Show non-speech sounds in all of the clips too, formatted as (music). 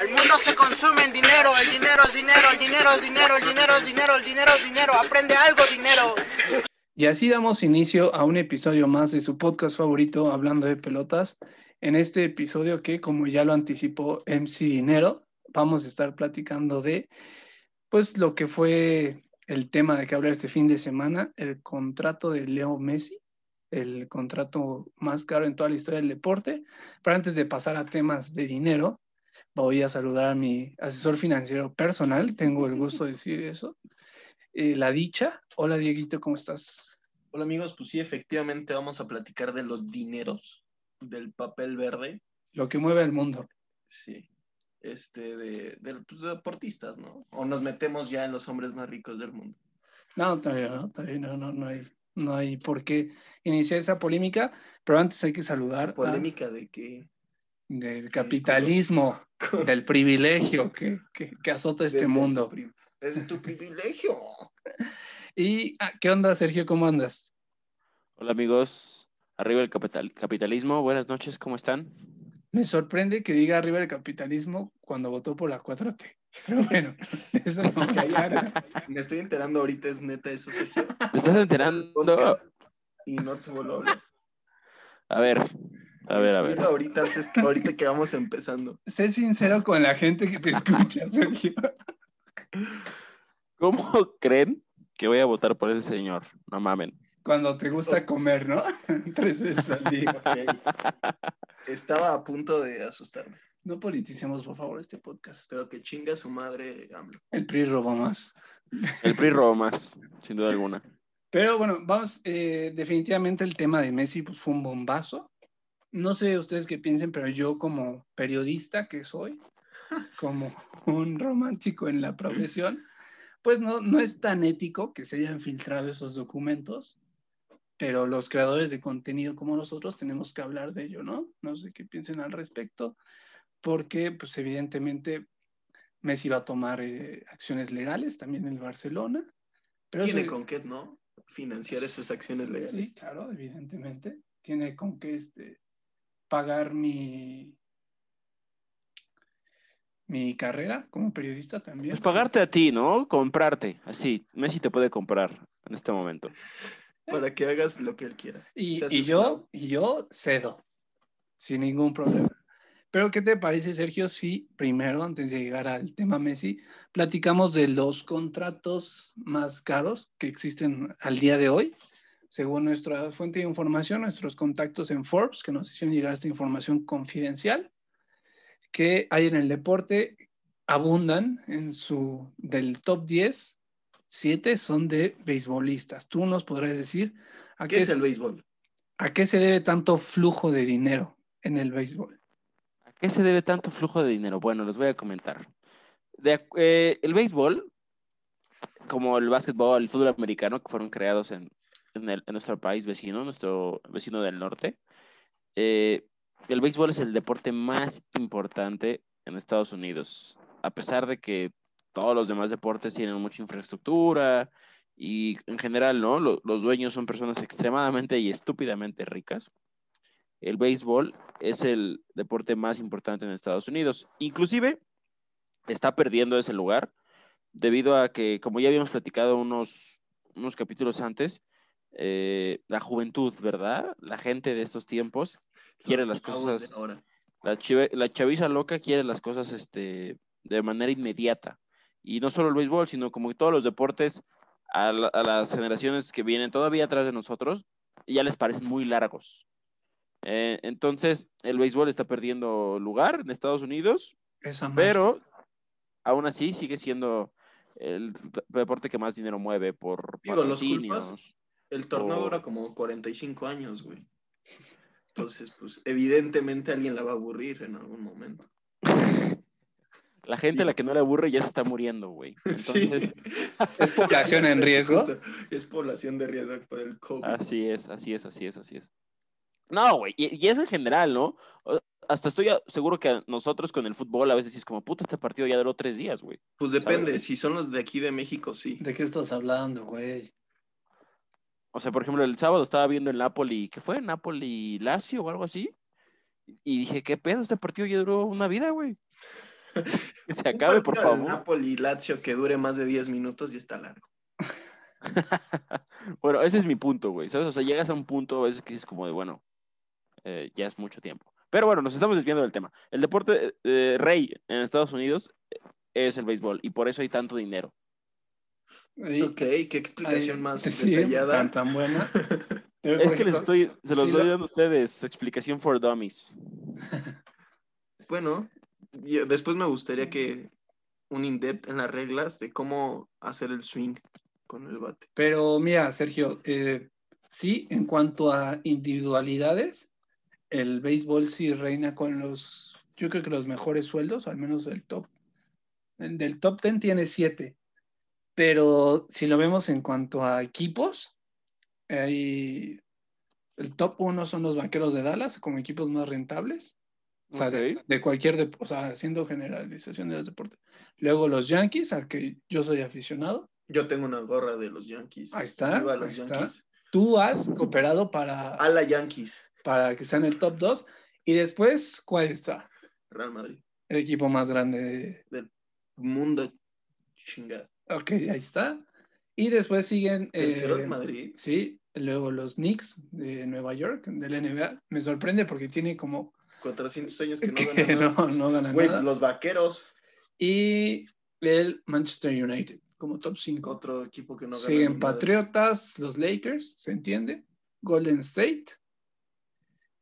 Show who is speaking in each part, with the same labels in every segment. Speaker 1: El mundo se consume en dinero, el dinero es dinero, el dinero es dinero, el dinero es dinero, el dinero es dinero, aprende algo, dinero.
Speaker 2: Y así damos inicio a un episodio más de su podcast favorito, Hablando de Pelotas. En este episodio que, como ya lo anticipó MC Dinero, vamos a estar platicando de, pues, lo que fue el tema de que hablar este fin de semana, el contrato de Leo Messi, el contrato más caro en toda la historia del deporte. Pero antes de pasar a temas de dinero, voy a saludar a mi asesor financiero personal, tengo el gusto de decir eso, eh, La Dicha. Hola Dieguito, ¿cómo estás?
Speaker 3: Hola amigos, pues sí, efectivamente vamos a platicar de los dineros, del papel verde.
Speaker 2: Lo que mueve al mundo.
Speaker 3: Sí, este, de, de, pues, de deportistas, ¿no? O nos metemos ya en los hombres más ricos del mundo.
Speaker 2: No, todavía no, todavía no, no, no hay, no hay por qué iniciar esa polémica, pero antes hay que saludar.
Speaker 3: ¿Polémica a... de qué?
Speaker 2: del (laughs) capitalismo, ¿Cómo? del privilegio que, que, que azota este Desde mundo.
Speaker 3: Tu es tu privilegio. (laughs)
Speaker 2: ¿Y ah, qué onda, Sergio? ¿Cómo andas?
Speaker 4: Hola, amigos. Arriba el capital, capitalismo. Buenas noches, ¿cómo están?
Speaker 2: Me sorprende que diga arriba el capitalismo cuando votó por la 4T. (laughs) Pero bueno, eso no
Speaker 3: Me estoy enterando ahorita, es neta eso, Sergio.
Speaker 4: ¿Te estás enterando?
Speaker 3: Y no te voló.
Speaker 4: A ver, a ver, a ver.
Speaker 3: Ahorita, antes, ahorita que vamos empezando.
Speaker 2: Sé sincero con la gente que te escucha, (laughs) Sergio.
Speaker 4: ¿Cómo (laughs) creen que voy a votar por ese señor? No mamen.
Speaker 2: Cuando te gusta comer, ¿no? (laughs) Tres veces al día. Okay.
Speaker 3: Estaba a punto de asustarme.
Speaker 2: No politicemos, por favor, este podcast.
Speaker 3: Pero que chinga su madre, AMLO.
Speaker 2: El PRI robó más.
Speaker 4: El PRI robó más, sin duda alguna.
Speaker 2: Pero bueno, vamos, eh, definitivamente el tema de Messi pues, fue un bombazo no sé ustedes qué piensen, pero yo como periodista que soy, como un romántico en la profesión, pues no, no es tan ético que se hayan filtrado esos documentos, pero los creadores de contenido como nosotros tenemos que hablar de ello, ¿no? No sé qué piensen al respecto, porque pues evidentemente Messi va a tomar eh, acciones legales también en el Barcelona.
Speaker 3: Pero Tiene se... con qué, ¿no? Financiar esas acciones legales.
Speaker 2: Sí, claro, evidentemente. Tiene con qué este, pagar mi mi carrera como periodista también.
Speaker 4: Pues pagarte a ti, ¿no? Comprarte, así. Messi te puede comprar en este momento.
Speaker 3: Para que hagas lo que él quiera.
Speaker 2: Y, y yo, y yo cedo, sin ningún problema. Pero ¿qué te parece, Sergio, si primero, antes de llegar al tema Messi, platicamos de los contratos más caros que existen al día de hoy? según nuestra fuente de información, nuestros contactos en Forbes, que nos hicieron llegar esta información confidencial, que hay en el deporte, abundan en su, del top 10, 7 son de beisbolistas. Tú nos podrás decir...
Speaker 3: A ¿Qué, qué es el béisbol?
Speaker 2: ¿A qué se debe tanto flujo de dinero en el béisbol?
Speaker 4: ¿A qué se debe tanto flujo de dinero? Bueno, les voy a comentar. De, eh, el béisbol, como el básquetbol, el fútbol americano, que fueron creados en en, el, en, nuestro país vecino, nuestro vecino del norte. Eh, el béisbol es el deporte más importante en Estados Unidos, a pesar de que todos los demás deportes tienen mucha infraestructura y en general, ¿no? Lo, los dueños son personas extremadamente y estúpidamente ricas. El béisbol es el deporte más importante en Estados Unidos. Inclusive está perdiendo ese lugar debido a que, como ya habíamos platicado unos, unos capítulos antes, eh, la juventud, ¿verdad? La gente de estos tiempos quiere las cosas. La, chive, la, chaviza loca quiere las cosas este, de manera inmediata. Y no solo el béisbol, sino como que todos los deportes a, la, a, las generaciones que vienen todavía atrás de nosotros ya les parecen muy largos. Eh, entonces, el béisbol está perdiendo lugar en Estados Unidos, pero aún así sigue siendo el deporte que más dinero mueve por
Speaker 3: Digo, patrocinios. Los el torneo dura oh. como 45 años, güey. Entonces, pues, evidentemente alguien la va a aburrir en algún momento. (laughs)
Speaker 4: La gente sí. a la que no le aburre ya se está muriendo,
Speaker 3: (laughs)
Speaker 4: güey. Entonces...
Speaker 2: Sí. ¿Es población en riesgo?
Speaker 3: Es población de riesgo por el COVID.
Speaker 4: Así es, así es, así es, así es. No, güey, y, y eso en general, ¿no? Hasta estoy seguro que nosotros con el fútbol a veces es como, puta, este partido ya duró tres días, güey.
Speaker 3: Pues depende, ¿sabes? si son los de aquí de México, sí.
Speaker 2: ¿De qué estás hablando, güey?
Speaker 4: O sea, por ejemplo, el sábado estaba viendo el Napoli, ¿qué fue? Napoli Lazio o algo así. Y dije, ¿qué pedo? Este partido ya duró una vida, güey. (laughs) Que se acabe, por favor.
Speaker 3: Napoli Lazio que dure más de 10 minutos y está largo.
Speaker 4: (laughs) Bueno, ese es mi punto, güey. ¿Sabes? O sea, llegas a un punto a veces que dices como de, bueno, eh, ya es mucho tiempo. Pero bueno, nos estamos desviando del tema. El deporte eh, eh, rey en Estados Unidos eh, es el béisbol y por eso hay tanto dinero.
Speaker 2: Ahí,
Speaker 3: Ok, qué explicación
Speaker 2: ahí, (laughs)
Speaker 3: más
Speaker 2: sí,
Speaker 3: detallada.
Speaker 2: tan, tan
Speaker 3: (laughs)
Speaker 2: buena.
Speaker 4: Es que les estoy, se los
Speaker 2: Sí,
Speaker 4: doy
Speaker 2: lo-
Speaker 4: dando a ustedes. Explicación for dummies.
Speaker 3: Bueno, yo- después me gustaría que un in-depth en las reglas de cómo hacer el swing con el bate.
Speaker 2: Pero mira, Sergio, eh, sí, en cuanto a individualidades, el béisbol sí reina con los, yo creo que los mejores sueldos, al menos del top. El Del top 10 tiene siete, pero si lo vemos en cuanto a equipos, ahí el top 1 son los vaqueros de Dallas como equipos más rentables. O sea, de,
Speaker 4: Ok.
Speaker 2: de cualquier, dep- o sea, haciendo generalización de los deportes. Luego los Yankees, al que yo soy aficionado.
Speaker 3: Yo tengo una gorra de los Yankees.
Speaker 2: Ahí está,
Speaker 3: Viva los
Speaker 2: ahí está.
Speaker 3: Yankees.
Speaker 2: Tú has cooperado para...
Speaker 3: A la Yankees,
Speaker 2: para que sea en el top 2. Y después, ¿cuál está?
Speaker 3: Real Madrid.
Speaker 2: El equipo más grande. de-
Speaker 3: Mundo chingada.
Speaker 2: Ok, ahí está. Y después siguen. eh,
Speaker 3: Tercero en Madrid.
Speaker 2: Sí, luego los Knicks de Nueva York, del NBA. Me sorprende porque tiene como
Speaker 3: 400 años que
Speaker 2: (laughs)
Speaker 3: no
Speaker 2: que
Speaker 3: ganan. nada.
Speaker 2: no, no ganan
Speaker 3: Güey,
Speaker 2: nada.
Speaker 3: los vaqueros.
Speaker 2: Y el Manchester United, como top 5.
Speaker 3: Otro equipo que no gana.
Speaker 2: siguen
Speaker 3: ni madres.
Speaker 2: Patriotas, los Lakers, ¿se entiende? Golden State.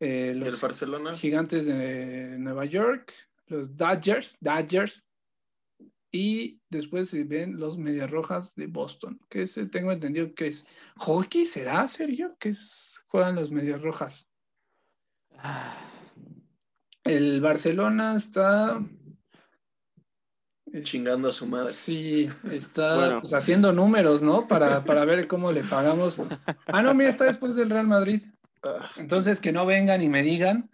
Speaker 2: eh,
Speaker 3: Y el
Speaker 2: los
Speaker 3: Barcelona.
Speaker 2: Gigantes de Nueva York, los Dodgers, Dodgers, y después se ven los Medias Rojas de Boston, que ese tengo entendido que es hockey, ¿será, Sergio? Que es, juegan los Medias Rojas. El Barcelona está...
Speaker 3: Chingando a su madre.
Speaker 2: Sí, está
Speaker 4: Bueno.
Speaker 2: pues, haciendo números, ¿no? Para, para ver cómo le pagamos. Ah, no, mira, está después del Real Madrid.
Speaker 3: Ah,
Speaker 2: Entonces, que no vengan y me digan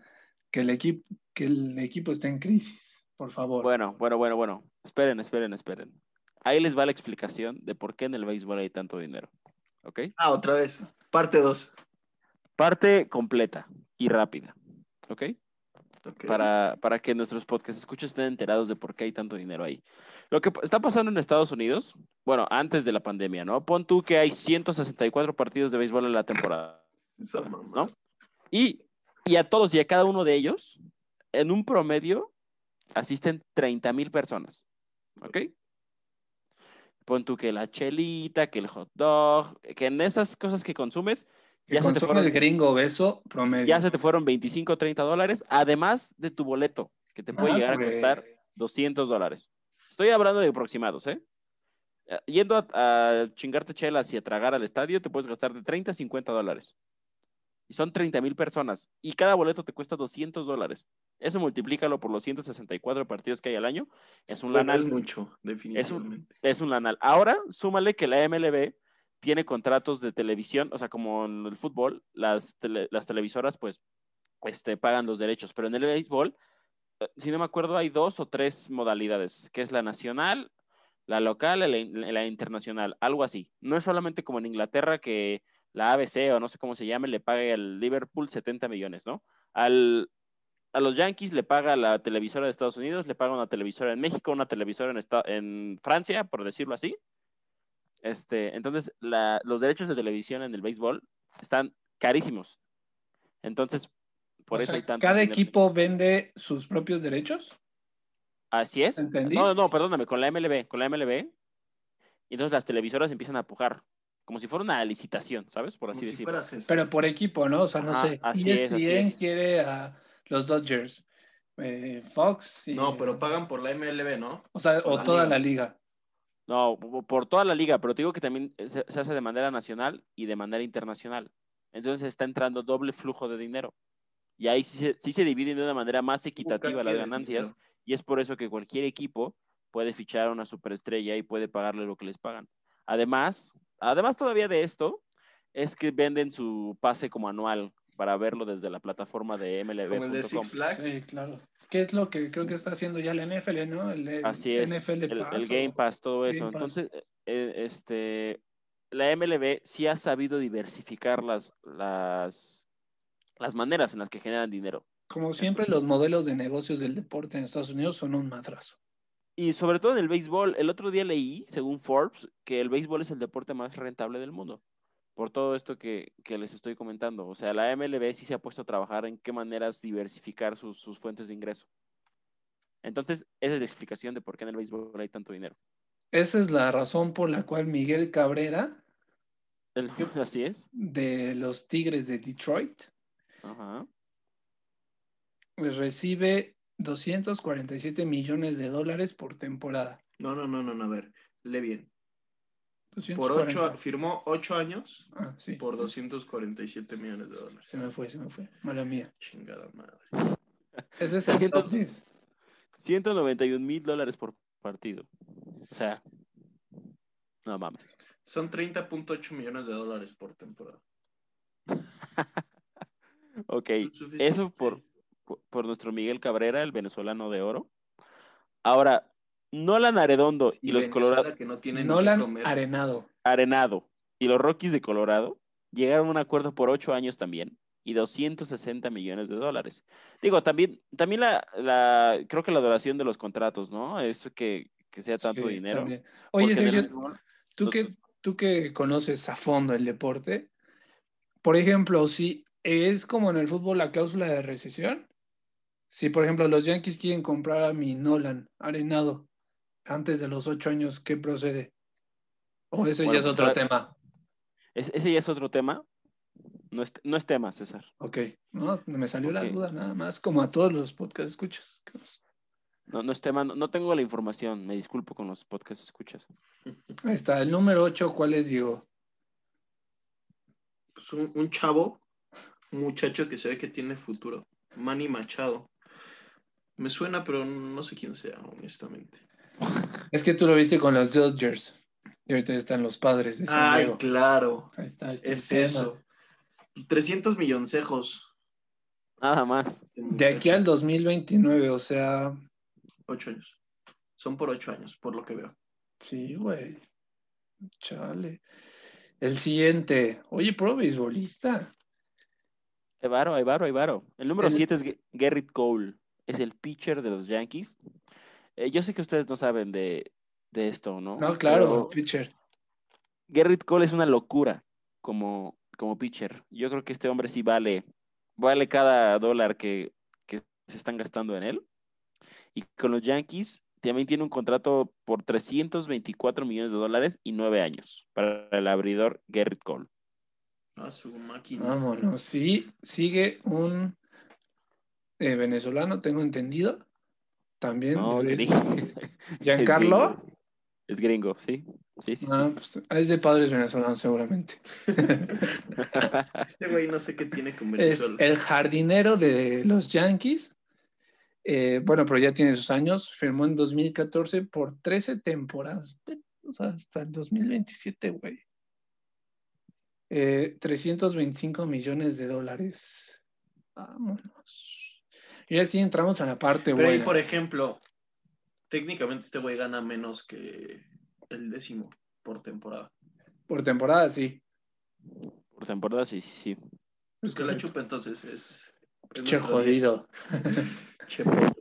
Speaker 2: que el, equipo que el equipo está en crisis, por favor.
Speaker 4: Bueno, bueno, bueno, bueno. Esperen, esperen, esperen. Ahí les va la explicación de por qué en el béisbol hay tanto dinero. ¿Ok?
Speaker 3: Ah, otra vez. Parte 2.
Speaker 4: Parte completa y rápida. ¿Ok? para, para que nuestros podcast escuchas estén enterados de por qué hay tanto dinero ahí. Lo que está pasando en Estados Unidos, bueno, antes de la pandemia, ¿no? Pon tú que hay 164 partidos de béisbol en la temporada, ¿no? Y, y a todos y a cada uno de ellos, en un promedio, asisten 30 mil personas, ¿ok? Pon tú que la chelita, que el hot dog, que en esas cosas que consumes,
Speaker 2: Que
Speaker 4: ya se te
Speaker 2: consume
Speaker 4: fueron
Speaker 2: el gringo beso promedio.
Speaker 4: ya se te fueron 25 o 30 dólares, además de tu boleto, que te puede
Speaker 2: Más,
Speaker 4: llegar a
Speaker 2: Ah, güey.
Speaker 4: costar 200 dólares. Estoy hablando de aproximados, ¿eh? Eh, Yendo a, a chingarte chelas y a tragar al estadio, te puedes gastar de 30 a 50 dólares. Y son 30 mil personas. Y cada boleto te cuesta 200 dólares. Eso multiplícalo por los 164 partidos que hay al año. Es un
Speaker 3: Bueno,
Speaker 4: lanal.
Speaker 3: es mucho, definitivamente.
Speaker 4: Es un lanal. Ahora, súmale que la MLB tiene contratos de televisión, o sea, como en el fútbol, las, tele- las televisoras pues este, pagan los derechos, pero en el béisbol, eh, si no me acuerdo, hay dos o tres modalidades, que es la nacional, la local y la, in- la internacional, algo así. No es solamente como en Inglaterra que la ABC o no sé cómo se llame le pague al Liverpool 70 millones, ¿no? Al, a los Yankees le paga la televisora de Estados Unidos, le paga una televisora en México, una televisora en, esta- en Francia, por decirlo así. Este, entonces, la- los derechos de televisión en el béisbol están carísimos. Entonces, por
Speaker 2: O
Speaker 4: eso
Speaker 2: sea,
Speaker 4: hay tanto.
Speaker 2: Cada
Speaker 4: dinero.
Speaker 2: equipo vende sus propios derechos.
Speaker 4: Así es.
Speaker 2: ¿Entendí?
Speaker 4: No, no, perdóname, con la MLB, con la MLB. Y entonces las televisoras empiezan a pujar, como si fuera una licitación, ¿sabes? Por así
Speaker 3: Como si
Speaker 4: decirlo.
Speaker 3: fueras eso.
Speaker 2: Pero por equipo, ¿no? O sea, no
Speaker 4: Ajá,
Speaker 2: sé.
Speaker 4: así es, así
Speaker 2: ESPN
Speaker 4: es.
Speaker 2: quiere a los Dodgers, eh, Fox. y-
Speaker 3: No, pero pagan por la MLB, ¿no?
Speaker 2: O sea,
Speaker 3: por
Speaker 2: o
Speaker 3: la
Speaker 2: toda
Speaker 3: liga.
Speaker 2: la liga.
Speaker 4: No, po- por toda la liga, pero te digo que también se, se hace de manera nacional y de manera internacional. Entonces está entrando doble flujo de dinero. Y ahí sí se, sí se dividen de una manera más equitativa las
Speaker 3: quiere
Speaker 4: ganancias.
Speaker 3: dinero.
Speaker 4: Y es por eso que cualquier equipo puede fichar a una superestrella y puede pagarle lo que les pagan. Además, además todavía de esto, es que venden su pase como anual para verlo desde la plataforma de
Speaker 3: Como el de Six
Speaker 4: MLB.com.
Speaker 3: Flags.
Speaker 2: Sí, claro. ¿Qué es lo que creo que está haciendo ya la NFL, ¿no? El, el
Speaker 4: Así es, el,
Speaker 2: NFL
Speaker 4: el
Speaker 2: Pass o-
Speaker 4: Game Pass, todo
Speaker 2: Game
Speaker 4: eso.
Speaker 2: Pass.
Speaker 4: Entonces, eh, eh, este, la MLB sí ha sabido diversificar las, las, las maneras en las que generan dinero.
Speaker 2: Como siempre, los modelos de negocios del deporte en Estados Unidos son un madrazo.
Speaker 4: Y sobre todo en el béisbol, el otro día leí, según Forbes, que el béisbol es el deporte más rentable del mundo, por todo esto que, que les estoy comentando. O sea, la MLB sí se ha puesto a trabajar en qué maneras diversificar sus, sus fuentes de ingreso. Entonces, esa es la explicación de por qué en el béisbol hay tanto dinero.
Speaker 2: Esa es la razón por la cual Miguel Cabrera,
Speaker 4: El- (laughs) así es.
Speaker 2: de los Tigres de Detroit,
Speaker 4: Ajá.
Speaker 2: recibe 247 millones de dólares por temporada.
Speaker 3: No, no, no, no, no, a ver. Le bien. Por
Speaker 2: 240.
Speaker 3: 8, firmó 8 años
Speaker 2: Ah, sí.
Speaker 3: por 247 millones de dólares.
Speaker 2: Se me fue, se me fue. Mala mía.
Speaker 3: Chingada madre.
Speaker 2: Ese es el
Speaker 4: Siento-
Speaker 2: top 10.
Speaker 4: 191 mil dólares por partido. O sea, no mames.
Speaker 3: Son 30.8 millones de dólares por temporada.
Speaker 4: Ok,
Speaker 3: Suficiente.
Speaker 4: eso por, por nuestro Miguel Cabrera, el venezolano de oro. Ahora, Nolan Aredondo
Speaker 3: Y
Speaker 4: y los
Speaker 3: Venezuela
Speaker 4: Colorado
Speaker 3: que no tienen ni que
Speaker 2: Nolan
Speaker 3: comer.
Speaker 2: Arenado.
Speaker 4: Arenado y los Rockies de Colorado llegaron a un acuerdo por ocho años también y 260 millones de dólares. Digo, también, también la, la- creo que la duración de los contratos, ¿no? Eso que, que sea tanto
Speaker 2: Sí,
Speaker 4: dinero.
Speaker 2: también. Oye,
Speaker 4: porque en el
Speaker 2: Sergio,
Speaker 4: béisbol-
Speaker 2: tú que, tú que conoces a fondo el deporte, por ejemplo, si es como en el fútbol la cláusula de rescisión, si por ejemplo los Yankees quieren comprar a mi Nolan Arenado antes de los ocho años, ¿qué procede? O eso
Speaker 4: Bueno,
Speaker 2: ya es
Speaker 4: pues,
Speaker 2: otro
Speaker 4: tra-
Speaker 2: tema.
Speaker 4: Es- ese ya es otro tema. No es, no es tema, César.
Speaker 2: Ok, no, me salió la
Speaker 4: Ok.
Speaker 2: duda nada más, como a todos los podcast escuchas.
Speaker 4: No, no es tema. No, no tengo la información. Me disculpo con los podcasts escuchas.
Speaker 2: Ahí está, el número 8, ¿cuál es, Diego?
Speaker 3: Pues un, un chavo, un muchacho que se ve que tiene futuro. Manny Machado. Me suena, pero no sé quién sea, honestamente.
Speaker 2: Es que tú lo viste con los Dodgers, y ahorita están los padres de San
Speaker 3: Ay,
Speaker 2: Diego.
Speaker 3: claro.
Speaker 2: Ahí está, ahí está el
Speaker 3: Es
Speaker 2: tema.
Speaker 3: eso. 300 milloncejos.
Speaker 4: Nada más.
Speaker 2: De aquí al 2029, o sea,
Speaker 3: 8 años. Son por 8 años, por lo que veo.
Speaker 2: sí, güey. Chale. El siguiente. Oye, pro beisbolista.
Speaker 4: Hay varo, hay varo, hay varo. El número
Speaker 2: El-
Speaker 4: 7 es Ge- Gerrit Cole. Es el pitcher de los Yankees. Eh, yo sé que ustedes no saben de, de esto, ¿no?
Speaker 2: No, claro,
Speaker 4: Pero
Speaker 2: pitcher.
Speaker 4: Gerrit Cole es una locura como, como pitcher. Yo creo que este hombre sí vale, vale cada dólar que, que se están gastando en él. Y con los Yankees también tiene un contrato por 324 millones de dólares y nueve años para el abridor Gerrit Cole.
Speaker 3: A su máquina.
Speaker 2: Vámonos. Sí, sigue un eh, venezolano, tengo entendido. También.
Speaker 4: No, es
Speaker 2: de-
Speaker 4: gringo.
Speaker 2: Giancarlo.
Speaker 4: Es gringo, sí. Sí, sí, sí.
Speaker 2: Ah, pues, es de padres venezolanos, seguramente.
Speaker 3: Este güey no sé qué tiene con
Speaker 2: Es
Speaker 3: Venezuela.
Speaker 2: el jardinero de los Yankees. Eh, bueno, pero ya tiene sus años. Firmó en 2014 por 13 temporadas. O sea, hasta el 2027, güey. Eh, 325 millones de dólares. Vámonos. Y así entramos a la parte
Speaker 3: Pero ahí,
Speaker 2: buena.
Speaker 3: por ejemplo, técnicamente este güey gana menos que el décimo por temporada.
Speaker 2: Por temporada, sí.
Speaker 4: Por temporada, sí, sí, sí.
Speaker 3: Pues que la chupa entonces es. es
Speaker 2: Che
Speaker 3: nuestro diez.
Speaker 2: jodido.
Speaker 3: Che pobre.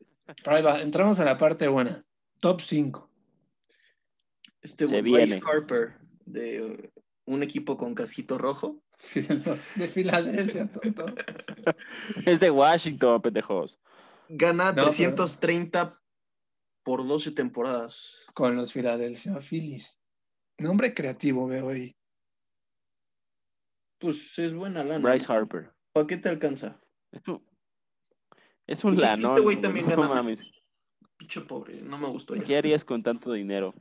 Speaker 2: Pero ahí va, entramos a la parte buena. Top 5.
Speaker 3: Este
Speaker 4: Se
Speaker 3: güey,
Speaker 4: viene.
Speaker 3: Bryce Harper, de eh, un equipo con casquito rojo.
Speaker 2: (laughs) De Filadelfia, tonto.
Speaker 4: Es de Washington, pendejos.
Speaker 3: Gana
Speaker 2: No,
Speaker 3: 330 por 12 temporadas.
Speaker 2: con los Philadelphia Phillies. Nombre creativo veo ahí.
Speaker 3: Pues es buena lana.
Speaker 4: Bryce Harper.
Speaker 3: ¿Para qué te alcanza?
Speaker 4: Es un, es un
Speaker 3: Este- este
Speaker 4: lanón.
Speaker 3: güey
Speaker 4: güey,
Speaker 3: también
Speaker 4: no
Speaker 3: gana.
Speaker 4: mames.
Speaker 3: Pinche pobre, no me gustó ya.
Speaker 4: ¿Qué harías con tanto dinero?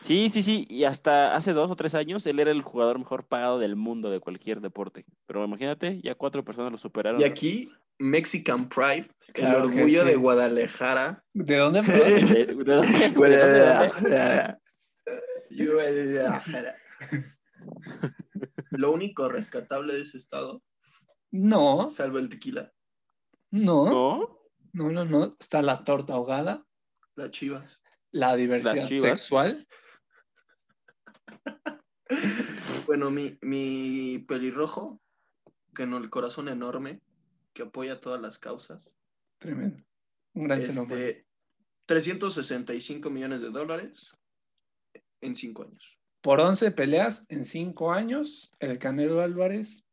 Speaker 4: Sí, sí, sí. Y hasta hace dos o tres años él era el jugador mejor pagado del mundo de cualquier deporte. Pero imagínate, ya cuatro personas lo superaron.
Speaker 3: Y aquí, Mexican Pride,
Speaker 2: Claro
Speaker 3: el
Speaker 2: que
Speaker 3: orgullo
Speaker 2: sí.
Speaker 3: de Guadalajara.
Speaker 2: ¿De dónde fue?
Speaker 4: ¿De- de dónde- de dónde-
Speaker 3: (laughs)
Speaker 4: de dónde?
Speaker 3: Guadalajara. Guadalajara. Lo único rescatable de ese estado,
Speaker 2: No,
Speaker 3: salvo el tequila,
Speaker 2: no,
Speaker 4: ¿No?
Speaker 2: no, no, no. Está la torta ahogada,
Speaker 3: las chivas.
Speaker 2: la diversidad
Speaker 4: Las chivas.
Speaker 2: sexual.
Speaker 3: Bueno, mi, mi pelirrojo, que no el corazón enorme, que apoya todas las causas.
Speaker 2: Tremendo. Un gran fenómeno.
Speaker 3: Este, 365 millones de dólares en 5 años.
Speaker 2: Por 11 peleas en 5 años, el Canelo Álvarez.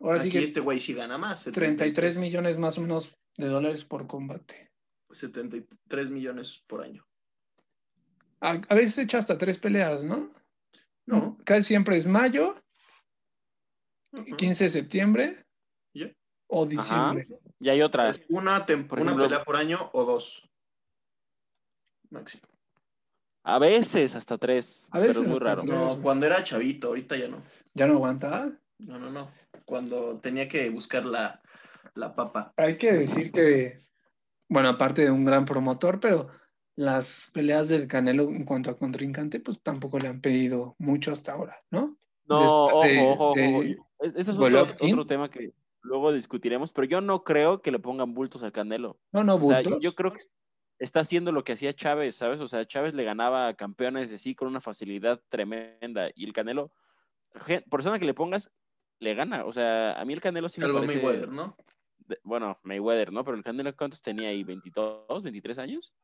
Speaker 2: Ahora
Speaker 3: Aquí
Speaker 2: sí que
Speaker 3: este güey sí gana más.
Speaker 2: 33 millones más o menos de dólares por combate.
Speaker 3: 73 millones por año.
Speaker 2: A, a veces echa hasta 3 peleas, ¿no? Mm.
Speaker 3: No.
Speaker 2: Casi siempre es mayo,
Speaker 3: ujú.
Speaker 2: 15 de septiembre
Speaker 3: Ya.
Speaker 2: o diciembre.
Speaker 4: Y hay otra.
Speaker 3: Es Pues Una, tem-
Speaker 4: Ah, Por
Speaker 3: una
Speaker 4: ejemplo-
Speaker 3: pelea por año o dos. Máximo.
Speaker 4: A veces hasta tres.
Speaker 2: A veces
Speaker 4: pero es muy
Speaker 2: hasta
Speaker 4: raro.
Speaker 2: tres.
Speaker 3: No, cuando era chavito, ahorita ya no.
Speaker 2: Ya no aguanta.
Speaker 3: No, no, no. Cuando tenía que buscar la, la papa.
Speaker 2: Hay que decir que, bueno, aparte de un gran promotor, pero las peleas del Canelo en cuanto a contrincante, pues tampoco le han pedido mucho hasta ahora, ¿no?
Speaker 4: No, ojo,
Speaker 2: Después de-
Speaker 4: ojo, ojo.
Speaker 2: de-
Speaker 4: Es- Ese es otro,
Speaker 2: Golovkin.
Speaker 4: otro tema que luego discutiremos, pero yo no creo que le pongan bultos al Canelo.
Speaker 2: No, no,
Speaker 4: O sea,
Speaker 2: bultos.
Speaker 4: yo creo que está haciendo lo que hacía Chávez, ¿sabes? O sea, Chávez le ganaba a campeones así con una facilidad tremenda y el Canelo, gen- persona que le pongas, le gana. O sea, a mí el Canelo sí me
Speaker 3: Salvo
Speaker 4: parece...
Speaker 3: Mayweather, ¿no?
Speaker 4: de- bueno, Mayweather, ¿no? Pero el Canelo, ¿cuántos tenía ahí? ¿22, 23 años?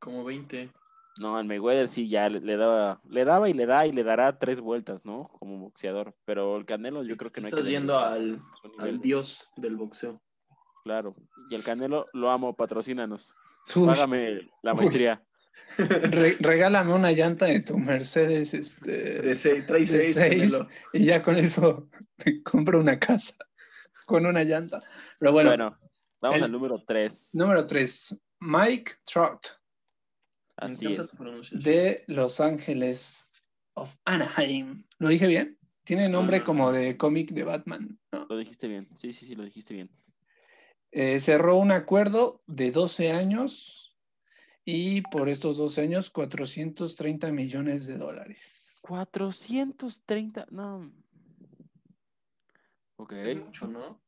Speaker 3: Como 20.
Speaker 4: No, el Mayweather sí ya le, le daba, le daba y le da y le dará tres vueltas, ¿no? Como boxeador. Pero el Canelo yo creo que no hay que
Speaker 3: Estás yendo
Speaker 4: demeritar
Speaker 3: al,
Speaker 4: su nivel,
Speaker 3: al dios del boxeo.
Speaker 4: Claro. Y el Canelo lo amo, patrocínanos.
Speaker 2: Uy,
Speaker 4: Págame la
Speaker 2: Uy.
Speaker 4: maestría.
Speaker 2: re- regálame una llanta de tu Mercedes este,
Speaker 3: De seis, trae seis,
Speaker 2: seis.
Speaker 3: Canelo.
Speaker 2: y ya con eso (laughs) me compro una casa con una llanta. Pero bueno,
Speaker 4: Bueno, vamos
Speaker 2: el-
Speaker 4: al número 3.
Speaker 2: número 3, Mike Trout
Speaker 3: Me
Speaker 4: Así
Speaker 3: encanta
Speaker 4: es.
Speaker 3: tu pronunciación.
Speaker 2: de Los Ángeles of Anaheim. ¿Lo dije bien? Tiene nombre
Speaker 3: Anaheim.
Speaker 2: como de cómic de Batman, ¿no?
Speaker 4: Lo dijiste bien. Sí, sí, sí, lo dijiste bien.
Speaker 2: Eh, cerró un acuerdo de 12 años y por estos 12 años 430 millones de dólares.
Speaker 4: 430. No. Ok.
Speaker 3: Pues Es mucho, ¿no?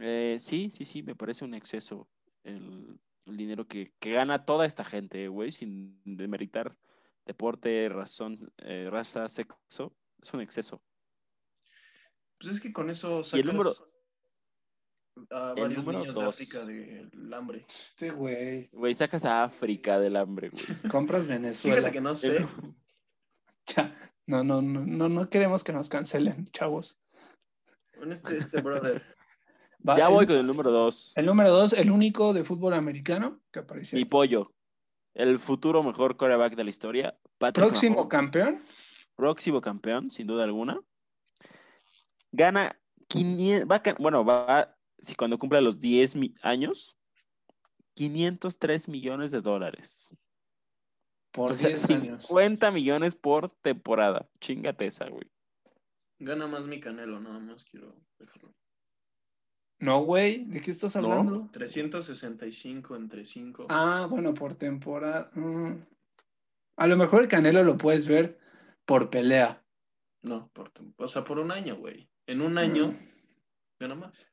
Speaker 4: Eh, sí, sí, sí, me parece un exceso el, el dinero que, que gana toda esta gente, güey, sin demeritar deporte, razón, eh, raza, sexo. Es un exceso.
Speaker 3: Pues es que con eso sacas
Speaker 4: Y el número-
Speaker 3: a
Speaker 4: el
Speaker 3: varios
Speaker 4: número
Speaker 3: niños
Speaker 4: dos.
Speaker 3: de África del hambre.
Speaker 2: Este güey,
Speaker 4: Güey, sacas a África del hambre, güey.
Speaker 2: compras
Speaker 3: Fíjate
Speaker 2: Venezuela.
Speaker 3: que no sé.
Speaker 2: Ya, No, no, no, no, no queremos que nos cancelen, chavos.
Speaker 3: Con este, este brother.
Speaker 2: Va,
Speaker 4: Ya
Speaker 2: el-
Speaker 4: voy con el número dos.
Speaker 2: El número dos, el único de fútbol americano que apareció.
Speaker 4: Mi pollo. El futuro mejor coreback de la historia. Patrick
Speaker 2: Próximo
Speaker 4: Mahomes.
Speaker 2: campeón,
Speaker 4: próximo campeón, sin duda alguna. Gana 500, va a ca- bueno, va, si cuando cumpla los 10 mi- años, 503 millones de dólares.
Speaker 2: por
Speaker 4: O sea,
Speaker 2: 10 años.
Speaker 4: 50 millones por temporada. Chingate esa, güey.
Speaker 3: Gana más mi canelo, nada más quiero dejarlo.
Speaker 2: No, güey, ¿de qué estás
Speaker 4: No.
Speaker 2: hablando?
Speaker 3: 365 entre 5.
Speaker 2: Ah, bueno, por temporada. mm. A lo mejor el Canelo lo puedes ver por pelea.
Speaker 3: No, por, tem- o sea, por un año, güey. En un año
Speaker 2: Mm.
Speaker 3: gana más.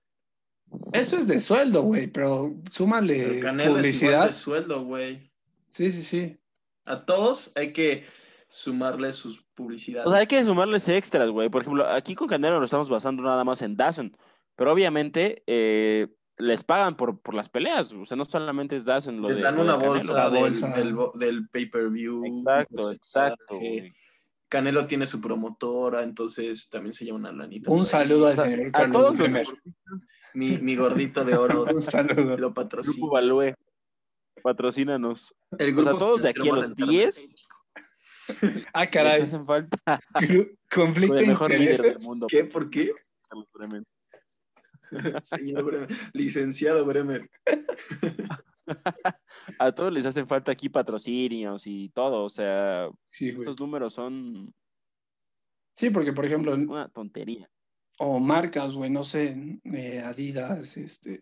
Speaker 2: Eso es de sueldo, güey, pero
Speaker 3: Pero
Speaker 2: súmale
Speaker 3: Canelo es igual
Speaker 2: Eh, publicidad.
Speaker 3: de sueldo, güey.
Speaker 2: Sí, sí, sí.
Speaker 3: A todos hay que sumarle sus publicidades.
Speaker 4: O sea, hay que sumarles extras, güey. Por ejemplo, aquí con Canelo nos estamos basando nada más en Dazn. Pero obviamente eh, les pagan por, por las peleas. O sea, no solamente es Dazn.
Speaker 3: Les dan una bolsa,
Speaker 2: La
Speaker 3: del,
Speaker 2: bolsa.
Speaker 3: del bo- del pay-per-view. pues,
Speaker 4: Exacto,
Speaker 3: bolsa de
Speaker 4: exacto.
Speaker 3: traje.
Speaker 4: güey.
Speaker 3: Canelo tiene su promotora, entonces también se lleva una lanita. por
Speaker 2: Un
Speaker 3: ahí.
Speaker 2: saludo al
Speaker 4: O sea,
Speaker 2: señor
Speaker 4: A
Speaker 2: Carlos
Speaker 4: todos los
Speaker 2: Bremer.
Speaker 3: Mi, mi gordito de
Speaker 4: (laughs)
Speaker 3: oro
Speaker 2: Un saludo.
Speaker 3: lo
Speaker 4: Grupo
Speaker 3: patrocina.
Speaker 4: Balúe, patrocínanos.
Speaker 3: El
Speaker 4: O sea,
Speaker 3: grupo
Speaker 4: todos de aquí a
Speaker 3: financiero
Speaker 4: los
Speaker 3: Monetarno.
Speaker 4: 10
Speaker 2: Ah,
Speaker 4: les
Speaker 2: caray.
Speaker 4: hacen falta
Speaker 2: Gru- Conflicto
Speaker 4: con
Speaker 2: de
Speaker 4: el mejor líder del
Speaker 2: intereses.
Speaker 4: mundo.
Speaker 3: ¿Qué? ¿Por qué? (laughs)
Speaker 4: Carlos Bremen.
Speaker 3: Señor Bremer. Licenciado Bremer.
Speaker 4: A todos les hacen falta aquí patrocinios y todo. O sea,
Speaker 2: Sí, güey.
Speaker 4: estos números son
Speaker 2: Sí, porque, por ejemplo,
Speaker 4: una tontería.
Speaker 2: o marcas, güey, no sé, eh, Adidas, este,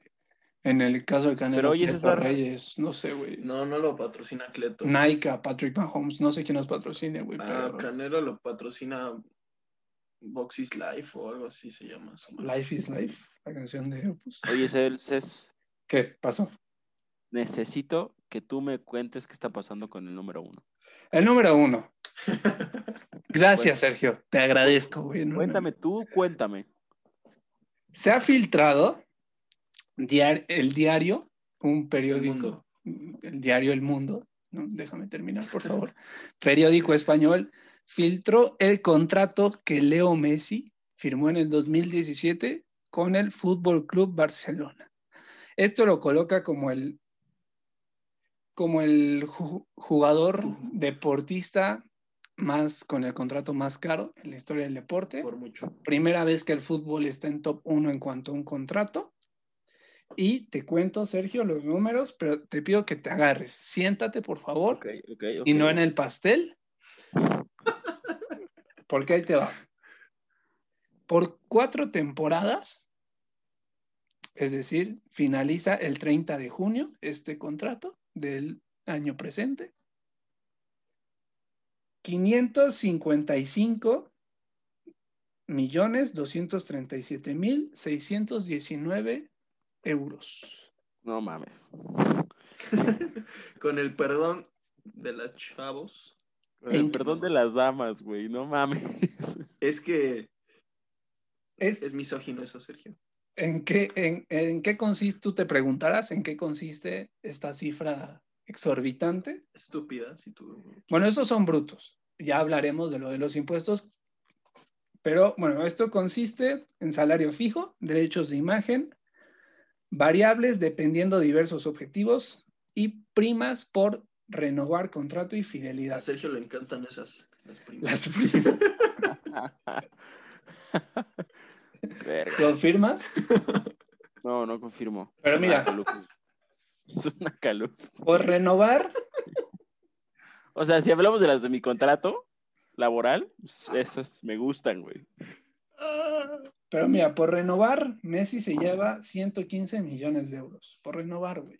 Speaker 2: en el caso de Canelo,
Speaker 4: Pero oye,
Speaker 2: Cleto
Speaker 4: César-
Speaker 2: Reyes, no sé, güey.
Speaker 3: No, no lo patrocina Cleto.
Speaker 2: Nike, Patrick Mahomes, no sé quién nos patrocine, güey,
Speaker 3: Ah,
Speaker 2: pero
Speaker 3: Canelo lo patrocina Boxis Life o algo así se llama. su marca.
Speaker 2: Life is Life, la canción de Opus.
Speaker 4: Oye, Celses,
Speaker 2: ¿Qué pasó?
Speaker 4: necesito que tú me cuentes qué está pasando con el número uno.
Speaker 2: El número uno. Gracias, Sergio. Te agradezco, güey. no, no.
Speaker 4: Cuéntame tú, cuéntame.
Speaker 2: Se ha filtrado diar- el diario un periódico, el diario El Mundo, no, déjame terminar, por favor, (laughs) periódico español, filtró el contrato que Leo Messi firmó en el 2017 con el Fútbol Club Barcelona. Esto lo coloca como el como el ju- jugador deportista más con el contrato más caro en la historia del deporte.
Speaker 3: por mucho. (laughs)
Speaker 2: Primera vez que el fútbol está en top 1 en cuanto a un contrato. Y te cuento, Sergio, los números, pero te pido que te agarres. Siéntate, por favor,
Speaker 4: Ok, ok, ok.
Speaker 2: y no en el pastel. (laughs) Porque ahí te va. Por cuatro temporadas, es decir, finaliza el 30 de junio este contrato del año presente. 555 millones 237 mil 619 euros.
Speaker 4: No mames.
Speaker 3: Con el perdón de las chavos,
Speaker 2: Eh,
Speaker 4: El perdón de las damas, güey, no mames. (laughs)
Speaker 3: es que
Speaker 2: Es-
Speaker 3: es misógino eso, Sergio.
Speaker 2: ¿En qué, en, en qué consiste, tú te preguntarás, en qué consiste esta cifra exorbitante?
Speaker 3: Estúpida, si tú.
Speaker 2: Bueno, esos son brutos. Ya hablaremos de lo de los impuestos. Pero bueno, esto consiste en salario fijo, derechos de imagen, variables dependiendo de diversos objetivos y primas por renovar contrato y
Speaker 3: A
Speaker 2: fidelidad.
Speaker 3: Sergio le encantan esas. Las primeras.
Speaker 2: Las primas.
Speaker 4: Verga.
Speaker 2: ¿Lo firmas?
Speaker 4: No, no confirmo.
Speaker 2: Pero mira.
Speaker 4: Es una calumnia. (laughs) Es una calumnia.
Speaker 2: Por renovar,
Speaker 4: O sea, si hablamos de las de mi contrato laboral, pues, esas me gustan, güey.
Speaker 2: pero mira, por renovar, Messi se lleva 115 millones de euros. Por renovar, güey.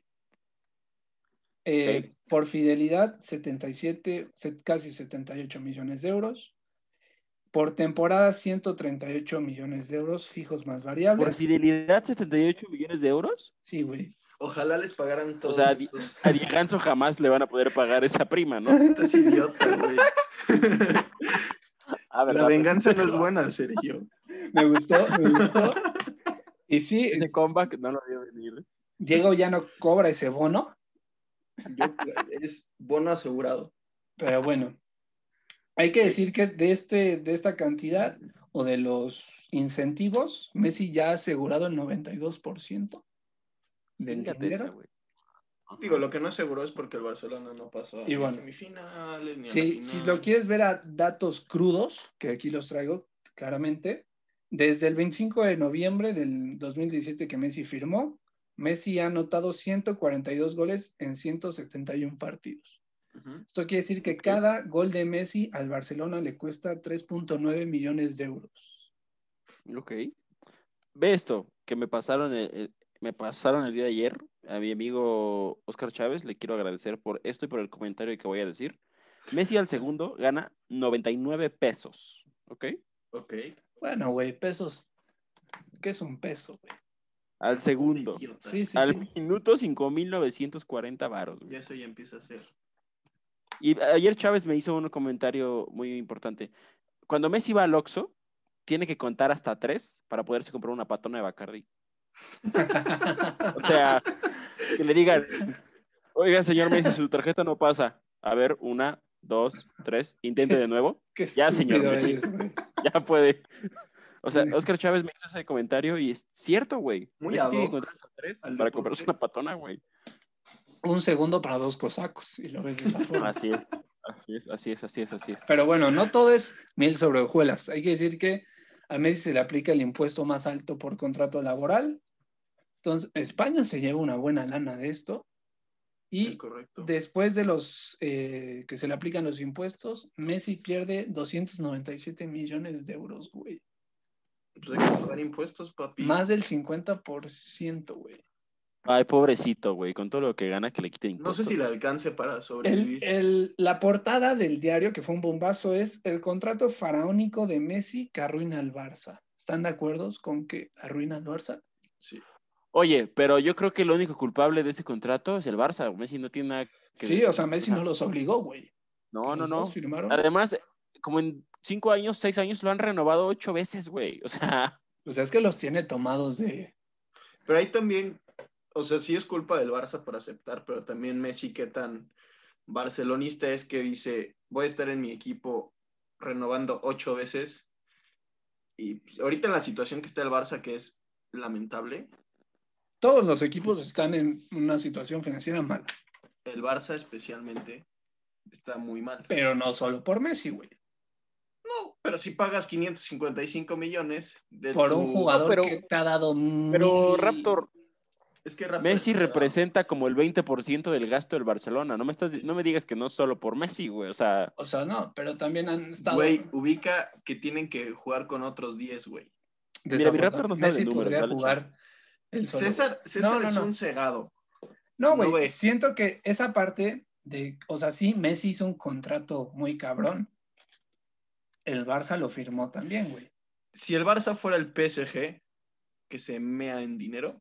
Speaker 2: Eh,
Speaker 4: Ok.
Speaker 2: Por fidelidad, 77, se- casi 78 millones de euros. Por temporada, 138 millones de euros fijos más
Speaker 4: Por
Speaker 2: variables.
Speaker 4: fidelidad, 78 millones de euros.
Speaker 2: Sí, güey.
Speaker 3: Ojalá les pagaran todos
Speaker 4: sea, di-
Speaker 3: esos.
Speaker 4: A Di Ganso jamás le van a poder pagar esa prima, ¿no?
Speaker 3: Estás idiota,
Speaker 4: (laughs)
Speaker 3: güey.
Speaker 4: Ah,
Speaker 3: La
Speaker 4: ¿verdad?
Speaker 3: venganza no es buena, Sergio.
Speaker 2: Me gustó, me
Speaker 4: (laughs)
Speaker 2: gustó. Y sí,
Speaker 4: Ese comeback no lo vio venir.
Speaker 2: Diego ya no cobra ese bono,
Speaker 3: Yo- es bono asegurado.
Speaker 2: pero bueno. Hay que decir que de, este, de esta cantidad o de los incentivos, Messi ya ha asegurado el 92% del
Speaker 4: Fíjate esa,
Speaker 2: dinero.
Speaker 4: güey.
Speaker 3: Digo, lo que no aseguró es porque el Barcelona no pasó a
Speaker 2: Y bueno.
Speaker 3: las semifinales ni a la
Speaker 2: Si,
Speaker 3: final.
Speaker 2: si lo quieres ver a datos crudos, que aquí los traigo claramente, desde el 25 de noviembre del 2017 que Messi firmó, Messi ha anotado 142 goles en 171 partidos.
Speaker 3: Ujú.
Speaker 2: Esto quiere decir que cada gol de Messi al Barcelona le cuesta 3.9 millones de euros.
Speaker 4: Ok. Ve esto que me pasaron el, el- me pasaron el día de ayer a mi amigo Oscar Chávez. Le quiero agradecer por esto y por el comentario que voy a decir. Messi al segundo gana 99 pesos. ¿Ok?
Speaker 3: Ok.
Speaker 2: Bueno, güey, pesos. ¿Qué es un peso, güey?
Speaker 4: Al segundo.
Speaker 3: Idiota.
Speaker 2: Sí, sí,
Speaker 4: Al
Speaker 2: sí.
Speaker 4: minuto 5.940 varos. güey.
Speaker 3: Ya eso ya empieza a ser.
Speaker 4: Y ayer Chávez me hizo un comentario muy importante. Cuando Messi va al Oxxo, tiene que contar hasta tres para poderse comprar una patona de Bacardi.
Speaker 3: (laughs)
Speaker 4: O sea, que le digan, oiga, señor Messi, su tarjeta no pasa. A ver, una, dos, tres, intente de nuevo, (laughs)
Speaker 2: Qué
Speaker 4: Ya, señor
Speaker 2: estúpido
Speaker 4: Messi.
Speaker 2: eres, güey.
Speaker 4: ya puede. O sea, Oscar Chávez me hizo ese comentario y es cierto, güey.
Speaker 3: Muy
Speaker 4: Messi
Speaker 3: ad
Speaker 4: tiene que
Speaker 3: hoc
Speaker 4: contar hasta tres
Speaker 3: al
Speaker 4: para
Speaker 3: deporte.
Speaker 4: comprarse una patona, güey.
Speaker 2: Un segundo para dos cosacos, y lo ves
Speaker 4: (laughs)
Speaker 2: de esa forma.
Speaker 4: Así
Speaker 3: (laughs)
Speaker 4: es, así es, así es, así es, así es.
Speaker 2: Pero bueno, no todo es miel sobre hojuelas. Hay que decir que a Messi se le aplica el impuesto más alto por contrato laboral. Entonces, España se lleva una buena lana de esto.
Speaker 3: Es
Speaker 2: Y
Speaker 3: correcto.
Speaker 2: después de los eh, que se le aplican los impuestos, Messi pierde 297 millones de euros, güey.
Speaker 3: Pues hay que pagar impuestos, papi.
Speaker 2: Más del 50%, güey.
Speaker 4: Ay, pobrecito, güey, con todo lo que gana que le quiten
Speaker 3: No
Speaker 4: impuestos.
Speaker 3: sé si le alcance para sobrevivir.
Speaker 2: El- el- la portada del diario, que fue un bombazo, es el contrato faraónico de Messi que arruina al Barça. ¿Están de acuerdo con que arruina al Barça?
Speaker 3: Sí.
Speaker 4: Oye, pero yo creo que el único culpable de ese contrato es el Barça. Messi no tiene nada que
Speaker 2: Sí, o sea, Messi no los obligó, güey.
Speaker 4: No, no,
Speaker 2: Los
Speaker 4: no.
Speaker 2: dos firmaron.
Speaker 4: Además, como en cinco años, seis años lo han renovado ocho (laughs) veces, güey. O sea,
Speaker 2: O sea, es que los tiene tomados de.
Speaker 3: Pero ahí también, o sea, sí es culpa del Barça por aceptar, pero también Messi, qué tan barcelonista es que dice, voy a estar en mi equipo renovando ocho veces. Y pues, ahorita en la situación que está el Barça, que es lamentable,
Speaker 2: Todos los equipos están en una situación financiera mala,
Speaker 3: el Barça especialmente está muy mal.
Speaker 2: pero no solo por Messi, güey.
Speaker 3: No, pero si pagas 555 millones de
Speaker 2: Por un
Speaker 3: tu-
Speaker 2: jugador
Speaker 4: pero-
Speaker 2: que te ha dado.
Speaker 4: Pero
Speaker 2: mil-
Speaker 4: Raptor,
Speaker 3: Es que Raptor-
Speaker 4: Messi representa como el 20% del gasto del Barcelona. No me, estás, no me digas que no solo por Messi, güey. O sea,
Speaker 2: O sea, no, pero también han estado.
Speaker 3: Güey, ubica que tienen que jugar con otros 10, güey.
Speaker 4: Mira, mi Raptor
Speaker 2: desafortunados.
Speaker 4: no sabe
Speaker 2: Messi
Speaker 4: números,
Speaker 2: podría
Speaker 4: dale
Speaker 2: jugar. el solo.
Speaker 3: César, César
Speaker 2: No, no,
Speaker 3: es
Speaker 2: no.
Speaker 3: un cegado.
Speaker 2: No, güey,
Speaker 3: No, güey.
Speaker 2: siento que esa parte de, o sea, sí, Messi hizo un contrato muy cabrón. El Barça lo firmó también, güey.
Speaker 3: Si el Barça fuera el PSG, que se mea en dinero,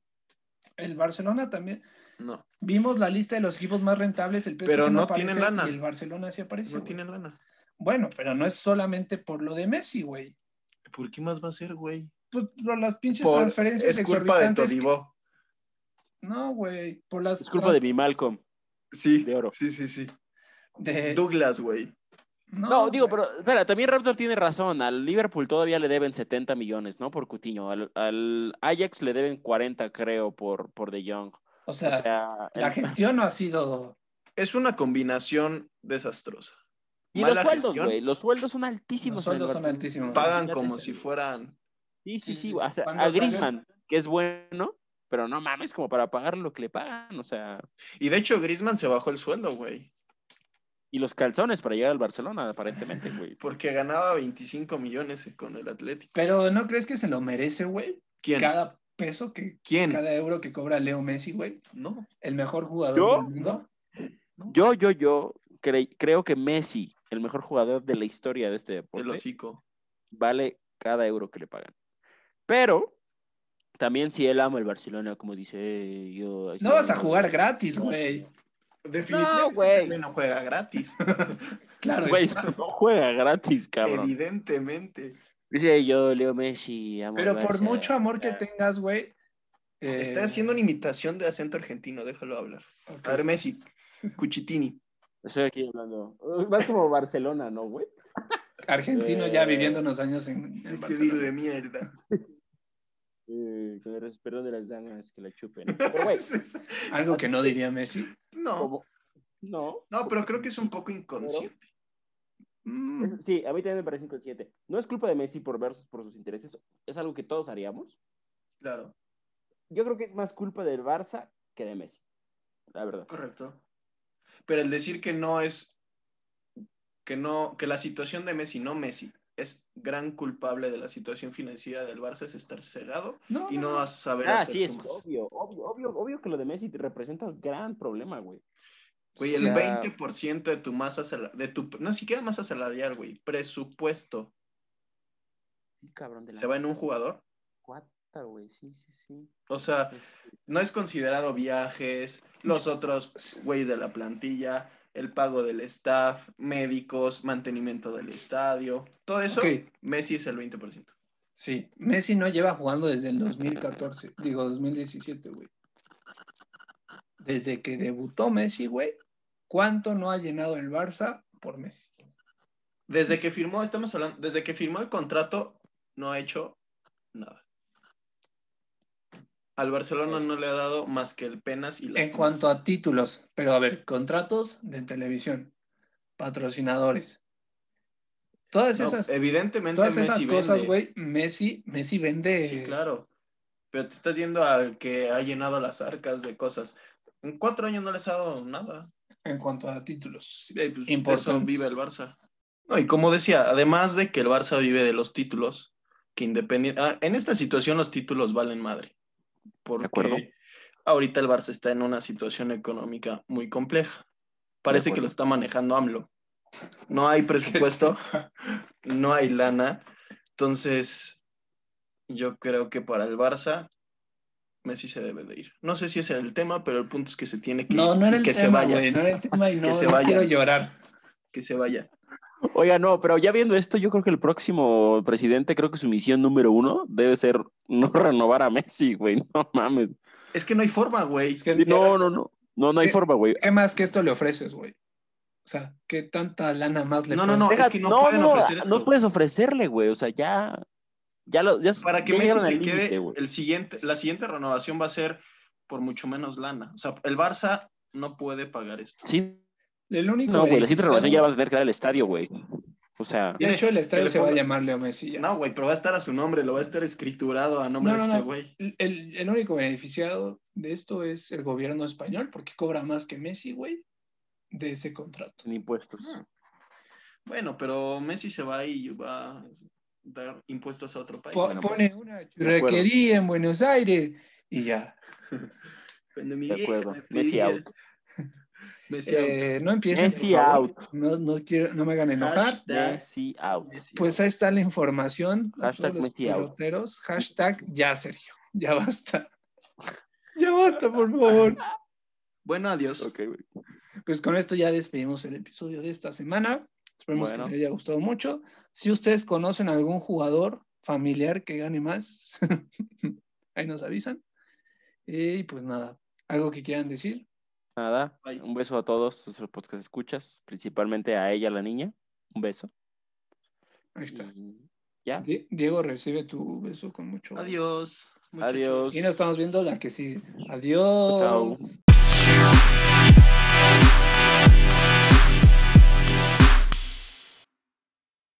Speaker 2: El Barcelona también.
Speaker 3: no,
Speaker 2: Vimos la lista de los equipos más rentables, el PSG
Speaker 3: Pero no
Speaker 2: aparece
Speaker 3: tienen lana.
Speaker 2: y el Barcelona sí aparece.
Speaker 3: no
Speaker 2: güey.
Speaker 3: tienen lana.
Speaker 2: Bueno, pero no es solamente por lo de Messi, güey.
Speaker 3: ¿Por qué más va a ser, güey?
Speaker 2: Pues por las pinches
Speaker 3: Por-
Speaker 2: transferencias
Speaker 3: es culpa de
Speaker 2: exorbitantes que-
Speaker 3: Todibó.
Speaker 2: No, güey, por las
Speaker 4: es culpa de mi Malcolm.
Speaker 3: Sí,
Speaker 4: De oro.
Speaker 3: sí, sí, sí.
Speaker 2: de-
Speaker 3: Douglas, güey.
Speaker 2: No,
Speaker 4: No, digo,
Speaker 2: güey.
Speaker 4: pero espera, también Raptor tiene razón. Al Liverpool todavía le deben 70 millones, ¿no? Por Cutiño. Al, al Ajax le deben 40, creo, por, por De Jong.
Speaker 2: o
Speaker 4: O
Speaker 2: sea,
Speaker 4: sea, eh,
Speaker 2: la
Speaker 4: el-
Speaker 2: gestión no ha sido
Speaker 3: Es una combinación desastrosa.
Speaker 4: y los
Speaker 3: mala
Speaker 4: sueldos,
Speaker 3: gestión.
Speaker 4: güey. Los sueldos son altísimos.
Speaker 2: Los
Speaker 4: en
Speaker 2: sueldos
Speaker 4: el
Speaker 2: son
Speaker 4: Barcelona.
Speaker 2: altísimos.
Speaker 3: Pagan
Speaker 4: Imagínate
Speaker 3: como
Speaker 4: ese-
Speaker 3: si fueran.
Speaker 2: Sí,
Speaker 4: Sí, sí,
Speaker 2: sí.
Speaker 4: sí. O sea,
Speaker 2: Cuando
Speaker 4: a
Speaker 2: salió-
Speaker 4: Griezmann, que es bueno, pero no mames, como para pagar lo que le pagan. O sea,
Speaker 3: Y de hecho, Griezmann se bajó el sueldo, güey.
Speaker 4: y los calzones para llegar al Barcelona, aparentemente,
Speaker 3: (laughs)
Speaker 4: güey.
Speaker 3: Porque ganaba 25 millones con el Atlético.
Speaker 2: Pero ¿no crees que se lo merece, güey?
Speaker 3: ¿Quién?
Speaker 2: Cada peso que,
Speaker 3: ¿Quién?
Speaker 2: cada euro que cobra Leo Messi, güey.
Speaker 3: No.
Speaker 2: El mejor jugador
Speaker 4: ¿Yo?
Speaker 2: del mundo.
Speaker 4: Yo, yo, yo cre- creo que Messi, el mejor jugador de la historia de este
Speaker 3: El
Speaker 4: deporte,
Speaker 3: hocico.
Speaker 4: vale cada euro que le pagan. Pero también si él ama el Barcelona, como dice eh, yo.
Speaker 2: No vas a jugar gratis, güey.
Speaker 3: Definitivamente
Speaker 4: güey.
Speaker 3: este no juega gratis.
Speaker 2: Claro,
Speaker 4: Güey, (laughs)
Speaker 2: está.
Speaker 4: no juega gratis, cabrón.
Speaker 3: Evidentemente.
Speaker 4: Dice yo, Leo Messi, amo
Speaker 2: Pero
Speaker 4: al
Speaker 2: por
Speaker 4: Barça.
Speaker 2: mucho amor que
Speaker 4: ya.
Speaker 2: tengas, güey. eh,
Speaker 3: Está haciendo una imitación de acento argentino, déjalo hablar.
Speaker 2: ok.
Speaker 3: A ver, Messi, Cuchitini.
Speaker 4: Estoy aquí hablando. (laughs) Vas como Barcelona, ¿no, güey?
Speaker 2: Argentino
Speaker 4: Eh,
Speaker 2: ya viviendo unos años en, en
Speaker 3: Este
Speaker 2: Barcelona.
Speaker 3: virus de mierda.
Speaker 4: Eh, con el respeto de las damas que la chupen.
Speaker 2: (laughs)
Speaker 4: Pero, (laughs) güey,
Speaker 2: Algo que no diría Messi.
Speaker 3: No,
Speaker 4: como- No.
Speaker 3: no, pero creo que es un poco inconsciente.
Speaker 2: Mm,
Speaker 4: Sí, a mí también me parece inconsciente. No es culpa de Messi por ver sus- por sus intereses. Es algo que todos haríamos.
Speaker 3: Claro,
Speaker 4: Yo creo que es más culpa del Barça que de Messi. La verdad.
Speaker 3: correcto. Pero el decir que no es, que no, que la situación de Messi, no Messi, es gran culpable de la situación financiera del Barça es estar cegado
Speaker 2: no,
Speaker 3: y
Speaker 2: no,
Speaker 3: no
Speaker 2: no.
Speaker 3: vas a saber
Speaker 4: Ah,
Speaker 3: hacer
Speaker 4: sí, es
Speaker 3: sumas.
Speaker 4: obvio, obvio, obvio, obvio que lo de Messi te representa un gran problema, güey.
Speaker 3: Güey,
Speaker 2: Sí.
Speaker 3: el 20% de tu masa sala- de tu, no siquiera masa salarial, güey, presupuesto,
Speaker 4: Cabrón de la
Speaker 3: se va en un jugador.
Speaker 4: cuata, güey. Sí, sí, sí.
Speaker 3: O sea,
Speaker 4: Este,
Speaker 3: no es considerado viajes, los otros güeyes de la plantilla, el pago del staff, médicos, mantenimiento del estadio, todo eso,
Speaker 2: Ok,
Speaker 3: Messi es el 20%.
Speaker 2: sí. Messi no lleva jugando desde el 2014, digo 2017, güey. Desde que debutó Messi, güey, ¿cuánto no ha llenado el Barça por Messi?
Speaker 3: Desde que firmó, estamos hablando, desde que firmó el contrato, no ha hecho nada. Al Barcelona no le ha dado más que el penas y las
Speaker 2: En cuanto a títulos, pero a ver, contratos de televisión, patrocinadores. Todas esas,
Speaker 3: evidentemente
Speaker 2: todas
Speaker 3: Messi
Speaker 2: esas cosas,
Speaker 3: vende.
Speaker 2: güey, eh, Messi, Messi vende.
Speaker 3: Sí, claro. Pero te estás yendo al que ha llenado las arcas de cosas. En cuatro años no les ha dado nada.
Speaker 2: en cuanto a títulos.
Speaker 3: Eh, pues, de eso
Speaker 2: Importantes.
Speaker 3: vive el Barça. No, y como decía, además de que el Barça vive de los títulos, que independiente. ah, en esta situación los títulos valen madre.
Speaker 4: acuerdo.
Speaker 3: Porque ahorita el Barça está en una situación económica muy compleja. Parece que
Speaker 4: acuerdo.
Speaker 3: lo está manejando AMLO. No hay (laughs) presupuesto, no hay lana. Entonces, yo creo que para el Barça, Messi se debe de ir. No sé si ese era el tema, pero el punto es que se tiene que
Speaker 2: No,
Speaker 3: ir
Speaker 2: no
Speaker 3: y
Speaker 2: era el
Speaker 3: que se
Speaker 2: tema,
Speaker 3: vaya.
Speaker 2: güey, no era el tema y no,
Speaker 3: (laughs) Que se
Speaker 2: no
Speaker 3: vaya.
Speaker 2: quiero llorar.
Speaker 3: Que se vaya.
Speaker 4: Oiga, no, pero ya viendo esto, yo creo que el próximo (laughs) presidente, creo que su misión número uno debe ser no renovar a Messi, güey. No mames.
Speaker 3: Es que no hay forma, güey.
Speaker 2: Es que
Speaker 4: No, no, no. No, no hay
Speaker 2: ¿Qué?
Speaker 4: forma, güey.
Speaker 2: ¿Qué más que esto le ofreces, güey? O sea, ¿qué tanta lana más le
Speaker 3: No,
Speaker 2: puedes-
Speaker 3: no,
Speaker 4: Deja-
Speaker 3: que no pueden ofrecer
Speaker 4: no
Speaker 3: esto.
Speaker 4: puedes ofrecerle, güey. O sea, ya. Ya lo. Ya,
Speaker 3: Para que
Speaker 4: ya
Speaker 3: Messi
Speaker 4: llegaron
Speaker 3: se
Speaker 4: al límite,
Speaker 3: quede,
Speaker 4: güey.
Speaker 3: el siguiente, la siguiente renovación va a ser por mucho menos lana. O sea, el Barça no puede pagar esto.
Speaker 4: Sí,
Speaker 2: El único
Speaker 4: no, güey. La
Speaker 2: beneficiado-
Speaker 4: siguiente renovación ya va a tener que dar el estadio, güey. O sea,
Speaker 2: De hecho, el estadio
Speaker 3: le
Speaker 2: se va a
Speaker 3: pongo-
Speaker 2: llamar Leo Messi ya.
Speaker 3: No, güey, pero va a estar a su nombre, lo va a estar escriturado a nombre
Speaker 2: No, no,
Speaker 3: de este
Speaker 2: no.
Speaker 3: güey.
Speaker 2: El- El, el único beneficiado de esto es el gobierno español, porque cobra más que Messi, güey, de ese contrato.
Speaker 4: en impuestos.
Speaker 3: Bueno, pero Messi se va y va a dar impuestos a otro país.
Speaker 2: Po-
Speaker 4: bueno,
Speaker 2: pone
Speaker 4: pues,
Speaker 2: una churrequería en Buenos Aires y ya.
Speaker 3: Cuando mi
Speaker 4: De
Speaker 3: vieja
Speaker 4: acuerdo.
Speaker 3: me
Speaker 4: Messi
Speaker 3: pedía-
Speaker 4: out.
Speaker 3: (laughs) Messi out.
Speaker 2: Eh, no empiecen.
Speaker 4: Messi
Speaker 2: por favor.
Speaker 4: out.
Speaker 2: No, no quiero, no me hagan enojar.
Speaker 3: Hashtag
Speaker 4: Messi out.
Speaker 3: Messi
Speaker 2: Pues
Speaker 3: out.
Speaker 2: ahí está la información. a
Speaker 4: Hashtag
Speaker 2: todos los
Speaker 4: Messi out.
Speaker 2: peloteros. Hashtag ya, Sergio. Ya basta. (laughs) Ya basta, por favor.
Speaker 3: Bueno, adiós.
Speaker 4: Ok, güey.
Speaker 2: Pues con esto ya despedimos el episodio de esta semana. Esperemos
Speaker 4: Bueno.
Speaker 2: que les haya gustado mucho. Si ustedes conocen algún jugador familiar que gane más, (laughs) ahí nos avisan. Y pues nada, algo que quieran decir.
Speaker 4: Nada.
Speaker 3: Bye.
Speaker 4: Un beso a todos nuestros podcast escuchas. Principalmente a ella, la niña. Un beso.
Speaker 2: Ahí está.
Speaker 4: Y ya.
Speaker 2: Di- Diego recibe tu beso con mucho. gusto.
Speaker 3: Adiós. muchachos.
Speaker 4: Adiós.
Speaker 2: Y nos estamos viendo la que sigue. Adiós.
Speaker 4: Chao.